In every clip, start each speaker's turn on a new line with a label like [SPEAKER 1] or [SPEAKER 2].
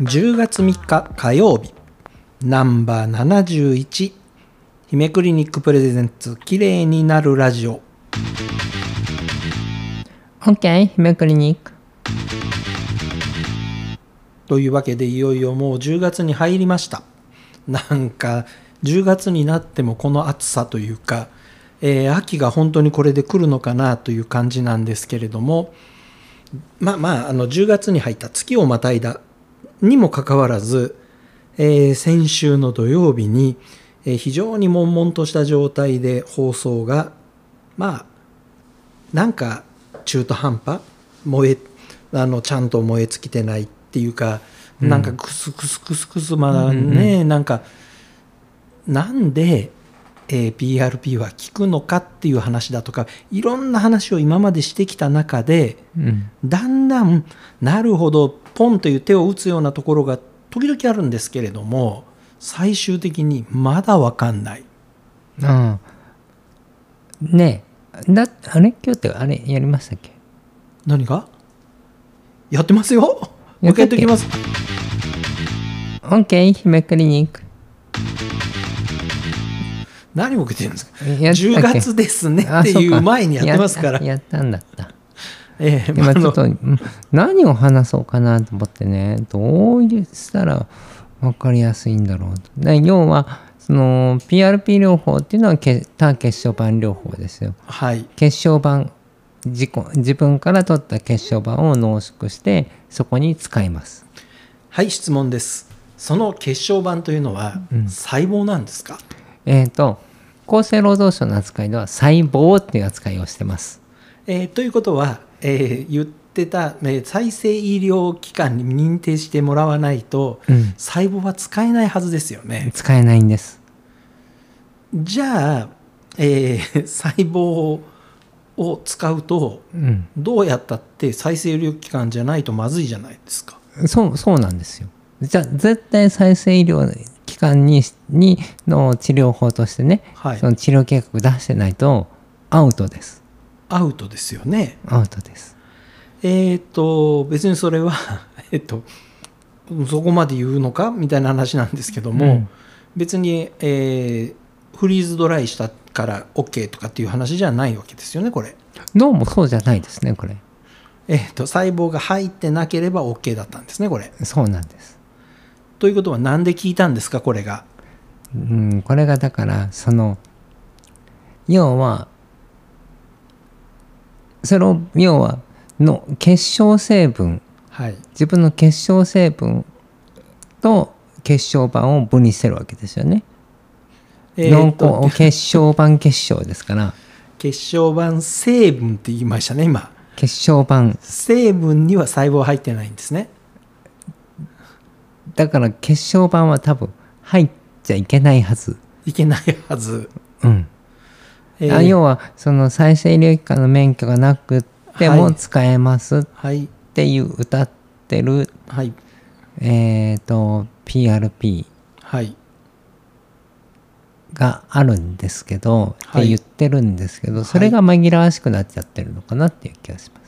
[SPEAKER 1] 10月3日火曜日ナンバー71姫クリニックプレゼンツ綺麗になるラジオ
[SPEAKER 2] OK 姫クリニック
[SPEAKER 1] というわけでいよいよもう10月に入りましたなんか10月になってもこの暑さというか、えー秋が本当にこれで来るのかなという感じなんですけれどもまあまああの10月に入った月をまたいだにもかかわらず、えー先週の土曜日に、えー非常に悶々とした状態で放送がまあなんか中途半端燃えあのちゃんと燃え尽きてないっていうか、なんかクスクスクスクスまだね、なんかなんで、えー PRP は効くのかっていう話だとかいろんな話を今までしてきた中で
[SPEAKER 2] うん
[SPEAKER 1] だんだんなるほどポンという手を打つようなところが時々あるんですけれども最終的にまだわかんない
[SPEAKER 2] あねえだあれ今日ってあれやりましたっけ
[SPEAKER 1] 何がやってますよもう
[SPEAKER 2] や
[SPEAKER 1] 一回
[SPEAKER 2] ったっけ
[SPEAKER 1] やっておきます
[SPEAKER 2] OK 姫クリニック
[SPEAKER 1] 何ボケてるんですか
[SPEAKER 2] やったっけ
[SPEAKER 1] 10月ですね
[SPEAKER 2] あ
[SPEAKER 1] ってい
[SPEAKER 2] そうか
[SPEAKER 1] 前にやってますから
[SPEAKER 2] ややったんだった
[SPEAKER 1] ええまあ
[SPEAKER 2] 今
[SPEAKER 1] あ
[SPEAKER 2] ちょっ
[SPEAKER 1] の
[SPEAKER 2] とうん何を話そうかなと思ってねどうしたら分かりやすいんだろうとね要はその PRP 療法っていうのはけ多血小板療法ですよ
[SPEAKER 1] はい
[SPEAKER 2] 血小板自己自分から取った血小板を濃縮してそこに使います
[SPEAKER 1] はい質問ですその血小板というのは
[SPEAKER 2] うん
[SPEAKER 1] 細胞なんですか、
[SPEAKER 2] えっ、と厚生労働省の扱いでは細胞っていう扱いをしてます
[SPEAKER 1] えーということは、えー言ってた、えー再生医療機関に認定してもらわないと、
[SPEAKER 2] うん
[SPEAKER 1] 細胞は使えないはずですよね。
[SPEAKER 2] 使えないんです
[SPEAKER 1] じゃあ、えー細胞を使うと
[SPEAKER 2] うん
[SPEAKER 1] どうやったって再生医療機関じゃないとまずいじゃないですか。
[SPEAKER 2] そうそうなんですよ。じゃあ絶対再生医療機関ににの治療法としてね、
[SPEAKER 1] はい
[SPEAKER 2] その治療計画出してないとアウトです。
[SPEAKER 1] アウトですよね。
[SPEAKER 2] アウトです。
[SPEAKER 1] えっ、と別にそれは えっとそこまで言うのかみたいな話なんですけども、
[SPEAKER 2] うん
[SPEAKER 1] 別に、えーフリーズドライしたから OK とかっていう話じゃないわけですよねこれ。
[SPEAKER 2] どうもそうじゃないですねこれ。
[SPEAKER 1] えっと細胞が入ってなければ OK だったんですねこれ。
[SPEAKER 2] そうなんです。
[SPEAKER 1] ということはなんで聞いたんですかこれが。
[SPEAKER 2] うん、これがだからその要はそれを要はの結晶成分
[SPEAKER 1] はい
[SPEAKER 2] 自分の結晶成分と結晶板を分離してるわけですよね。
[SPEAKER 1] え
[SPEAKER 2] 濃
[SPEAKER 1] ー
[SPEAKER 2] 厚
[SPEAKER 1] と
[SPEAKER 2] 結晶板結晶ですから
[SPEAKER 1] 結晶板成分って言いましたね今。
[SPEAKER 2] 結晶板
[SPEAKER 1] 成分には細胞入ってないんですね。
[SPEAKER 2] だから結晶板は多分入っちゃいけないはず、
[SPEAKER 1] いけないはず。
[SPEAKER 2] うん
[SPEAKER 1] え
[SPEAKER 2] あ
[SPEAKER 1] ー
[SPEAKER 2] 要はその再生医療機関の免許がなくて
[SPEAKER 1] は
[SPEAKER 2] も
[SPEAKER 1] い
[SPEAKER 2] 使えますっ
[SPEAKER 1] はい
[SPEAKER 2] ていう歌ってる、
[SPEAKER 1] はい
[SPEAKER 2] えー、と PRP
[SPEAKER 1] はい
[SPEAKER 2] があるんですけど、
[SPEAKER 1] はい
[SPEAKER 2] って言ってるんですけどそれが紛らわしくなっちゃってるのかなっていう気がします。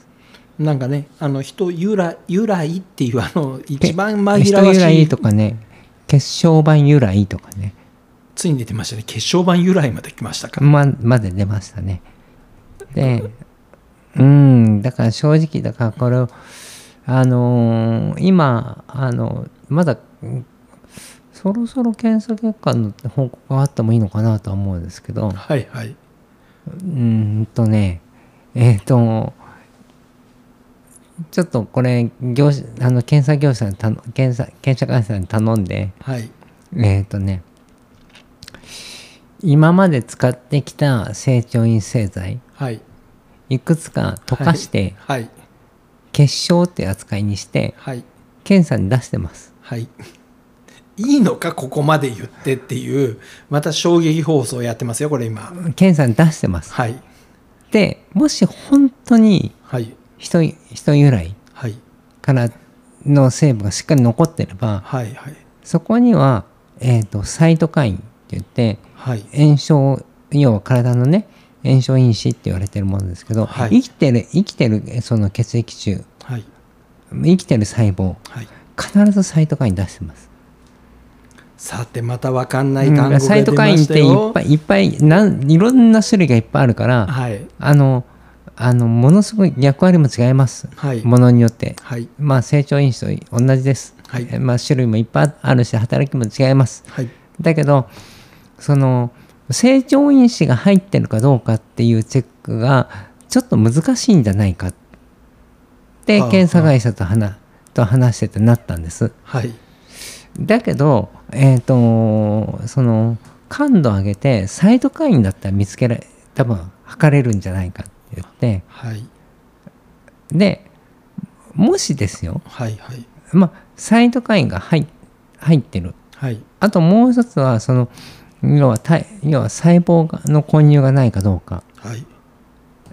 [SPEAKER 1] なんかねあの人由来由来っていうあの
[SPEAKER 2] け
[SPEAKER 1] 一番紛ら
[SPEAKER 2] 人
[SPEAKER 1] わ
[SPEAKER 2] 由
[SPEAKER 1] し
[SPEAKER 2] 来
[SPEAKER 1] い
[SPEAKER 2] とかね結晶板由来とかね
[SPEAKER 1] ついに出てましたね結晶板由来まで来ましたか。
[SPEAKER 2] ままで出ましたね。でうんだから正直だからこれをあのー今あのまだうんそろそろ検査結果の報告があってもいいのかなとは思うんですけど
[SPEAKER 1] はいはい。
[SPEAKER 2] うーんとねえっ、とちょっとこれ業者あの検査業者に頼検査検査会社に頼んで
[SPEAKER 1] はい
[SPEAKER 2] えっ、とね今まで使ってきた成長因製剤
[SPEAKER 1] はい。
[SPEAKER 2] いくつか溶かして
[SPEAKER 1] はい
[SPEAKER 2] 結晶っていう扱いにして
[SPEAKER 1] はい
[SPEAKER 2] 検査に出してます
[SPEAKER 1] はい。いいのかここまで言ってっていうまた衝撃放送やってますよこれ今。
[SPEAKER 2] 検査に出してます
[SPEAKER 1] はい
[SPEAKER 2] でもし本当に
[SPEAKER 1] はい
[SPEAKER 2] 人人由来
[SPEAKER 1] はい
[SPEAKER 2] からの成分がしっかり残ってれば
[SPEAKER 1] はいはい
[SPEAKER 2] そこには、えー、とサイトカインって言って
[SPEAKER 1] はい
[SPEAKER 2] 炎症要は体のね炎症因子って言われてるものですけど、
[SPEAKER 1] はい
[SPEAKER 2] 生きてる生きてるその血液中
[SPEAKER 1] はい
[SPEAKER 2] 生きてる細胞
[SPEAKER 1] はい
[SPEAKER 2] 必ずサイトカイン出してます。
[SPEAKER 1] さてまたわかんない単語
[SPEAKER 2] うん
[SPEAKER 1] が
[SPEAKER 2] サイ
[SPEAKER 1] 出
[SPEAKER 2] トカイ
[SPEAKER 1] ま
[SPEAKER 2] ン
[SPEAKER 1] し
[SPEAKER 2] ったていっ
[SPEAKER 1] よ
[SPEAKER 2] ぱいいっぱいなんいろんな種類がいっぱいあるから
[SPEAKER 1] はい
[SPEAKER 2] あのあのものすごい役割も違います、
[SPEAKER 1] はい
[SPEAKER 2] ものによって。
[SPEAKER 1] はい
[SPEAKER 2] まあ、成長因子と同じです、
[SPEAKER 1] はい
[SPEAKER 2] えまあ、種類もいっぱいあるし働きも違います
[SPEAKER 1] はい
[SPEAKER 2] だけどその成長因子が入ってるかどうかっていうチェックがちょっと難しいんじゃないかって
[SPEAKER 1] はあ
[SPEAKER 2] 検査会社と話と話しててなったんです
[SPEAKER 1] はい
[SPEAKER 2] だけどえっ、とその感度上げてサイトカインだったら見つけられ多分測れるんじゃないかって言って
[SPEAKER 1] はい
[SPEAKER 2] でもしですよ
[SPEAKER 1] はいはい
[SPEAKER 2] まあ、サイトカインが入入ってる
[SPEAKER 1] はい
[SPEAKER 2] あともう一つはその要は体要は細胞がの混入がないかどうか
[SPEAKER 1] はい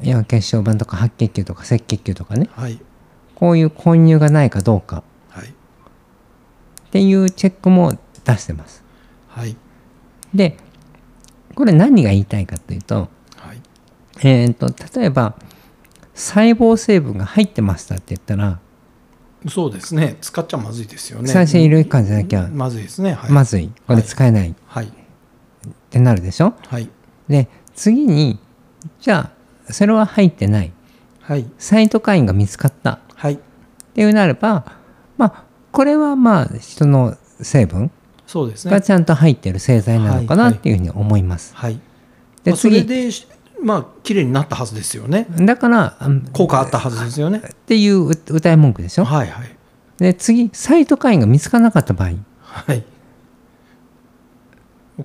[SPEAKER 2] 要は血小板とか白血球とか赤血球とかね
[SPEAKER 1] はい
[SPEAKER 2] こういう混入がないかどうか
[SPEAKER 1] はい
[SPEAKER 2] っていうチェックも出してます
[SPEAKER 1] はい
[SPEAKER 2] でこれ何が言いたいかというと,、
[SPEAKER 1] はい
[SPEAKER 2] えー、と例えば細胞成分が入ってましたって言ったら、
[SPEAKER 1] そうですね使っちゃまずいですよね
[SPEAKER 2] 最初医療機関じゃなきゃ
[SPEAKER 1] まずいですねはい
[SPEAKER 2] まずいこれ使えないっ
[SPEAKER 1] はい
[SPEAKER 2] てなるでしょ、
[SPEAKER 1] はい
[SPEAKER 2] で次にじゃあそれは入ってない
[SPEAKER 1] はい
[SPEAKER 2] サイトカインが見つかったっ
[SPEAKER 1] はい
[SPEAKER 2] ていうなればまあこれはまあ人の成分
[SPEAKER 1] そうです
[SPEAKER 2] が
[SPEAKER 1] ね
[SPEAKER 2] ちゃんと入ってる製剤なのか
[SPEAKER 1] は
[SPEAKER 2] ない
[SPEAKER 1] はい
[SPEAKER 2] っていうふうに思います。
[SPEAKER 1] はい
[SPEAKER 2] で
[SPEAKER 1] まあそれで
[SPEAKER 2] 次
[SPEAKER 1] まあ綺麗になったはずですよね
[SPEAKER 2] だからうん
[SPEAKER 1] 効果あったはずですよね
[SPEAKER 2] っていう歌い文句でしょ。
[SPEAKER 1] はいはい
[SPEAKER 2] で次サイトカインが見つからなかった場合
[SPEAKER 1] はい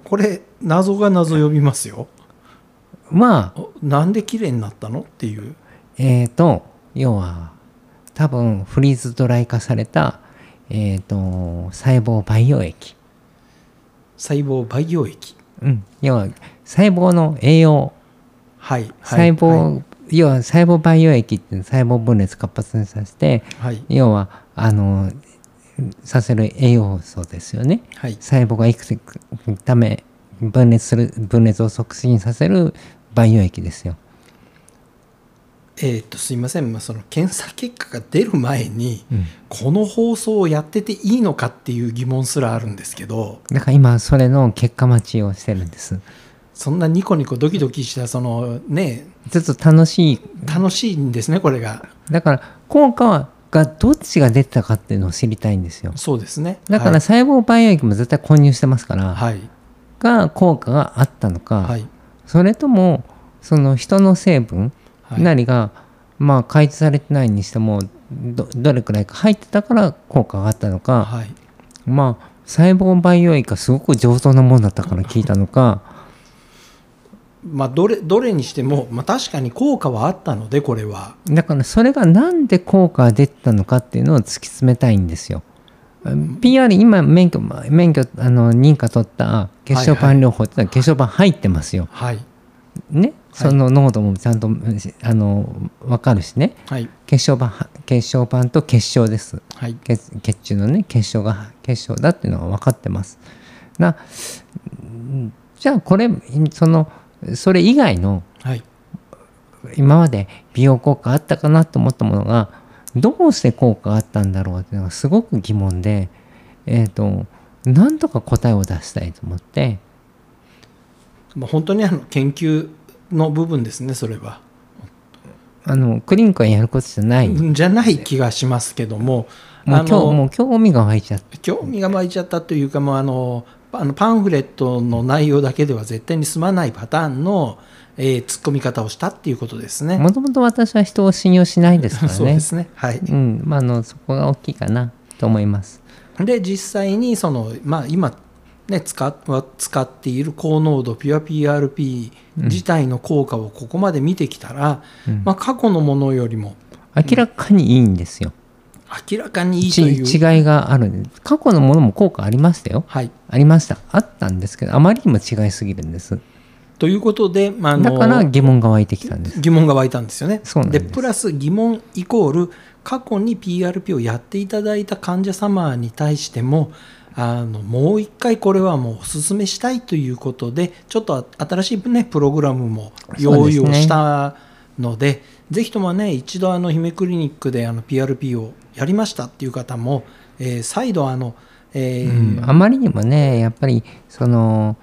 [SPEAKER 1] これ謎が謎呼びますよ
[SPEAKER 2] は
[SPEAKER 1] おなんで綺麗になったのっていう
[SPEAKER 2] えー、と要は多分フリーズドライ化された、えー、と細胞培養液、
[SPEAKER 1] 細胞培養液
[SPEAKER 2] うん、要は細胞の栄養
[SPEAKER 1] はいはい
[SPEAKER 2] 細胞、要は細胞培養液っていうの細胞分裂活発にさせて
[SPEAKER 1] はい
[SPEAKER 2] 要はあのさせる栄養素ですよね
[SPEAKER 1] はい
[SPEAKER 2] 細胞がいくつくため分裂する分裂を促進させる培養液ですよ
[SPEAKER 1] えーっとすいません、まあ、その検査結果が出る前に、
[SPEAKER 2] うん
[SPEAKER 1] この放送をやってていいのかっていう疑問すらあるんですけど
[SPEAKER 2] だから今それの結果待ちをしてるんです
[SPEAKER 1] そんなニコニコドキドキしたそのね
[SPEAKER 2] ちょっと楽しい
[SPEAKER 1] 楽しいんですねこれが
[SPEAKER 2] だから効果はがどっちが出てたかっていうのを知りたいんですよ
[SPEAKER 1] そうですね
[SPEAKER 2] だから細胞培養液も絶対混入してますから、
[SPEAKER 1] はい
[SPEAKER 2] が効果があったのか、
[SPEAKER 1] はい
[SPEAKER 2] それともその人の成分
[SPEAKER 1] はい
[SPEAKER 2] なりが、まあ開示されてないにしてもどどれくらいか入ってたから効果があったのか、
[SPEAKER 1] はい
[SPEAKER 2] まあ細胞培養液がすごく上等なものだったから聞いたのか
[SPEAKER 1] まあ、どれどれにしても、まあ、確かに効果はあったのでこれは
[SPEAKER 2] だからそれがなんで効果が出てたのかっていうのを突き詰めたいんですよ。PR 今免許免許あの認可取った血小板療法ってのは血小板入ってますよ。
[SPEAKER 1] はい
[SPEAKER 2] ね、その濃度もちゃんとあの分かるしね。
[SPEAKER 1] はい
[SPEAKER 2] 血小板血小板と結晶です
[SPEAKER 1] はい
[SPEAKER 2] 血血中のね結晶が結晶だっていうのが分かってますなうんじゃあこれそのそれ以外の
[SPEAKER 1] はい
[SPEAKER 2] 今まで美容効果あったかなと思ったものがどうして効果があったんだろうっていうのがすごく疑問でえっ、となんとか答えを出したいと思って
[SPEAKER 1] まあ、本当にあの研究の部分ですねそれは、
[SPEAKER 2] あのクリニックはやることじゃない、もう
[SPEAKER 1] じゃない気がしますけども
[SPEAKER 2] 今
[SPEAKER 1] あ
[SPEAKER 2] 日
[SPEAKER 1] の
[SPEAKER 2] もう興味が湧いちゃって
[SPEAKER 1] 興味が湧いちゃったというかもうあのあのパンフレットの内容だけでは絶対に済まないパターンの、えー、突っ込み方をしたっていうことですね。
[SPEAKER 2] もともと私は人を信用しないですから ね
[SPEAKER 1] そうですね、はい、
[SPEAKER 2] うん、まあ、あの、そこが大きいかなと思います。
[SPEAKER 1] で実際にその、まあ、今、ね、使は使っている高濃度ピュア PRP 自体の効果をここまで見てきたら、
[SPEAKER 2] うん
[SPEAKER 1] まあ、過去のものよりも
[SPEAKER 2] 明らかにいいんですよ。
[SPEAKER 1] 明らかにいいと
[SPEAKER 2] ち
[SPEAKER 1] いう
[SPEAKER 2] 違いがあるんです。過去のものも効果ありましたよ。
[SPEAKER 1] はい、
[SPEAKER 2] ありました。あったんですけど、あまりにも違いすぎるんです。
[SPEAKER 1] ということで、まあ、あ
[SPEAKER 2] だ
[SPEAKER 1] の
[SPEAKER 2] から疑問が湧いてきたんです。
[SPEAKER 1] 疑問が湧いたんですよね。
[SPEAKER 2] そうなんです
[SPEAKER 1] プラス疑問イコール過去に PRP をやっていただいた患者様に対してもあのもう一回これはもうおすすめしたいということでちょっとあ新しい、ね、プログラムも用意をしたのでぜひともね一度あの姫クリニックであの PRP をやりましたっていう方も、えー再度あの、えー
[SPEAKER 2] うんあまりにもねやっぱりその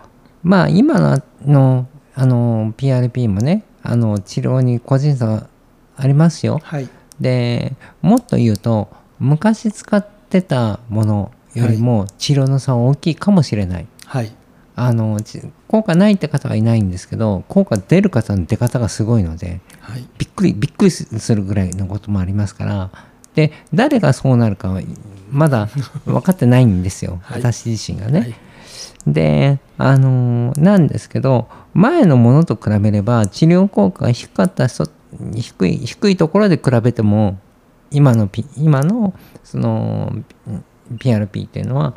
[SPEAKER 2] まあ今のあのあの PRP もねあの治療に個人差ありますよ
[SPEAKER 1] はい
[SPEAKER 2] でもっと言うと昔使ってたものよりも治療の差は大きいかもしれない、
[SPEAKER 1] はい
[SPEAKER 2] あのち効果ないって方はいないんですけど効果出る方の出方がすごいので
[SPEAKER 1] はい
[SPEAKER 2] びっくりびっくりするぐらいのこともありますからで誰がそうなるかはまだ分かってないんですよ、
[SPEAKER 1] はい
[SPEAKER 2] 私自身がね。
[SPEAKER 1] はい
[SPEAKER 2] であのーなんですけど前のものと比べれば治療効果が低かった人低い低いところで比べても今のピ今のそのん PRP っていうのは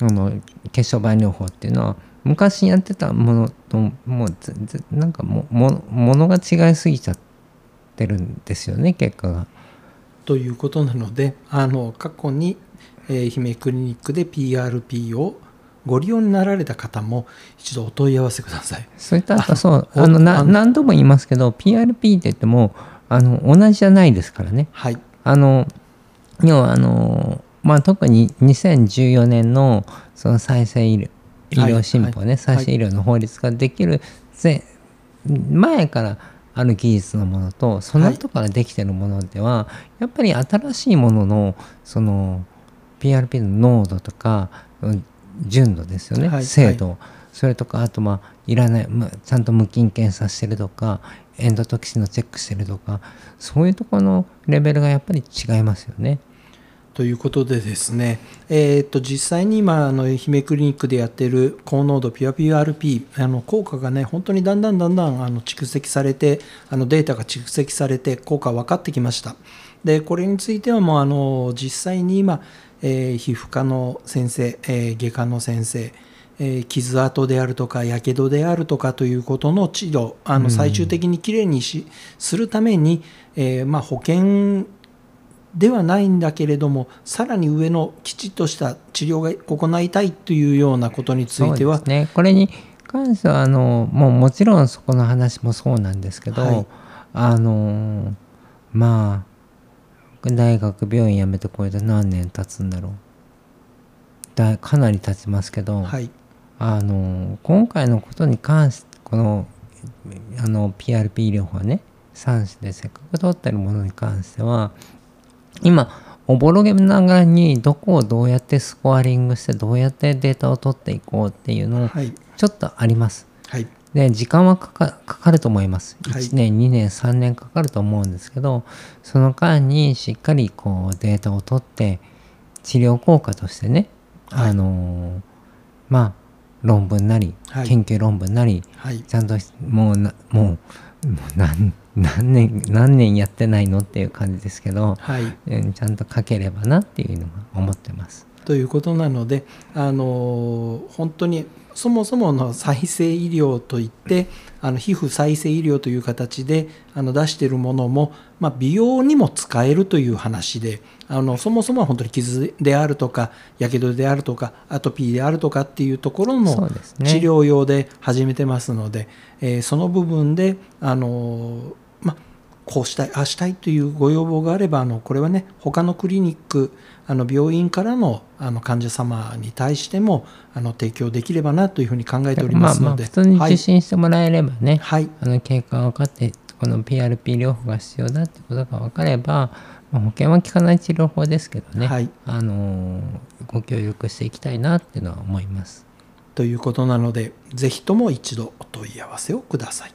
[SPEAKER 2] あの血小板療法っていうのは昔やってたものともうずずなんかももものが違いすぎちゃってるんですよね結果が。
[SPEAKER 1] ということなのであの過去に、えー姫クリニックで PRP をご利用になられた方も一度お問い合わせください。
[SPEAKER 2] それとあと
[SPEAKER 1] あ
[SPEAKER 2] そう
[SPEAKER 1] お
[SPEAKER 2] あの
[SPEAKER 1] あ
[SPEAKER 2] な
[SPEAKER 1] の
[SPEAKER 2] 何度も言いますけど PRP って言ってもあの同じじゃないですからね。
[SPEAKER 1] はい
[SPEAKER 2] あの要はあの、まあ、特に2014年のその再生医療医
[SPEAKER 1] はい
[SPEAKER 2] 療新法ね、
[SPEAKER 1] はい
[SPEAKER 2] 再生医療の法律ができる前前からある技術のものとその後からできてるものでは、やっぱり新しいもののその PRP の濃度とかうん純度ですよね、
[SPEAKER 1] はい
[SPEAKER 2] 精度、それとかあとまあいらない、まあ、ちゃんと無菌検査してるとかエンドトキシンのチェックしてるとかそういうところのレベルがやっぱり違いますよね。
[SPEAKER 1] ということでですね、えーっと実際に今あの姫クリニックでやってる高濃度ピュア PRP あの効果がね本当にだんだんだんだんあの蓄積されてあのデータが蓄積されて効果分かってきましたでこれについてはもうあの実際に今、えー皮膚科の先生、えー外科の先生えー傷跡であるとかやけどであるとかということの治療あの最終的にきれいにし、するために、えーまあ、保険ではないんだけれどもさらに上のきちっとした治療が行いたいというようなことについては、
[SPEAKER 2] そうですね、これに関してはあのもうもちろんそこの話もそうなんですけど、
[SPEAKER 1] はい
[SPEAKER 2] あのまあ大学病院辞めてこれで何年経つんだろうだかなり経ちますけど、
[SPEAKER 1] はい
[SPEAKER 2] あの今回のことに関してこのあの PRP 療法ね3種でせっかく取ってるものに関しては今おぼろげながらにどこをどうやってスコアリングしてどうやってデータを取っていこうっていうのを
[SPEAKER 1] はい
[SPEAKER 2] ちょっとあります。
[SPEAKER 1] はい
[SPEAKER 2] で時間はかかかかると思います
[SPEAKER 1] はい
[SPEAKER 2] 1年、2年3年かかると思うんですけどその間にしっかりこうデータを取って治療効果としてね、
[SPEAKER 1] はい
[SPEAKER 2] あのーまあ論文なり、
[SPEAKER 1] はい
[SPEAKER 2] 研究論文なり
[SPEAKER 1] はい
[SPEAKER 2] ちゃんともうなもうもう何何年何年やってないのっていう感じですけど、
[SPEAKER 1] はい
[SPEAKER 2] うん、ちゃんと書ければなっていうのは思ってます。
[SPEAKER 1] ということなので、あのー本当にそもそもの再生医療といってあの皮膚再生医療という形であの出しているものも、まあ、美容にも使えるという話であのそもそもは本当に傷であるとかやけどであるとかアトピーであるとかっていうところ
[SPEAKER 2] そ
[SPEAKER 1] の
[SPEAKER 2] うですね
[SPEAKER 1] 治療用で始めてますので、えーその部分で、あのーまあ、こうしたいああしたいというご要望があればあのこれはね他のクリニックあの病院からのあの患者様に対してもあの提供できればなというふうに考えており
[SPEAKER 2] ま
[SPEAKER 1] ま
[SPEAKER 2] あ
[SPEAKER 1] す
[SPEAKER 2] まあ
[SPEAKER 1] ので、
[SPEAKER 2] 普通に
[SPEAKER 1] は
[SPEAKER 2] 受
[SPEAKER 1] い、
[SPEAKER 2] 診してもらえればね、
[SPEAKER 1] はい
[SPEAKER 2] あの経過が分かってこの PRP 療法が必要だってことが分かれば、まあ、保険は効かない治療法ですけどね、
[SPEAKER 1] はい
[SPEAKER 2] あのーご協力していきたいなっていうのは思います。
[SPEAKER 1] ということなのでぜひとも一度お問い合わせをください。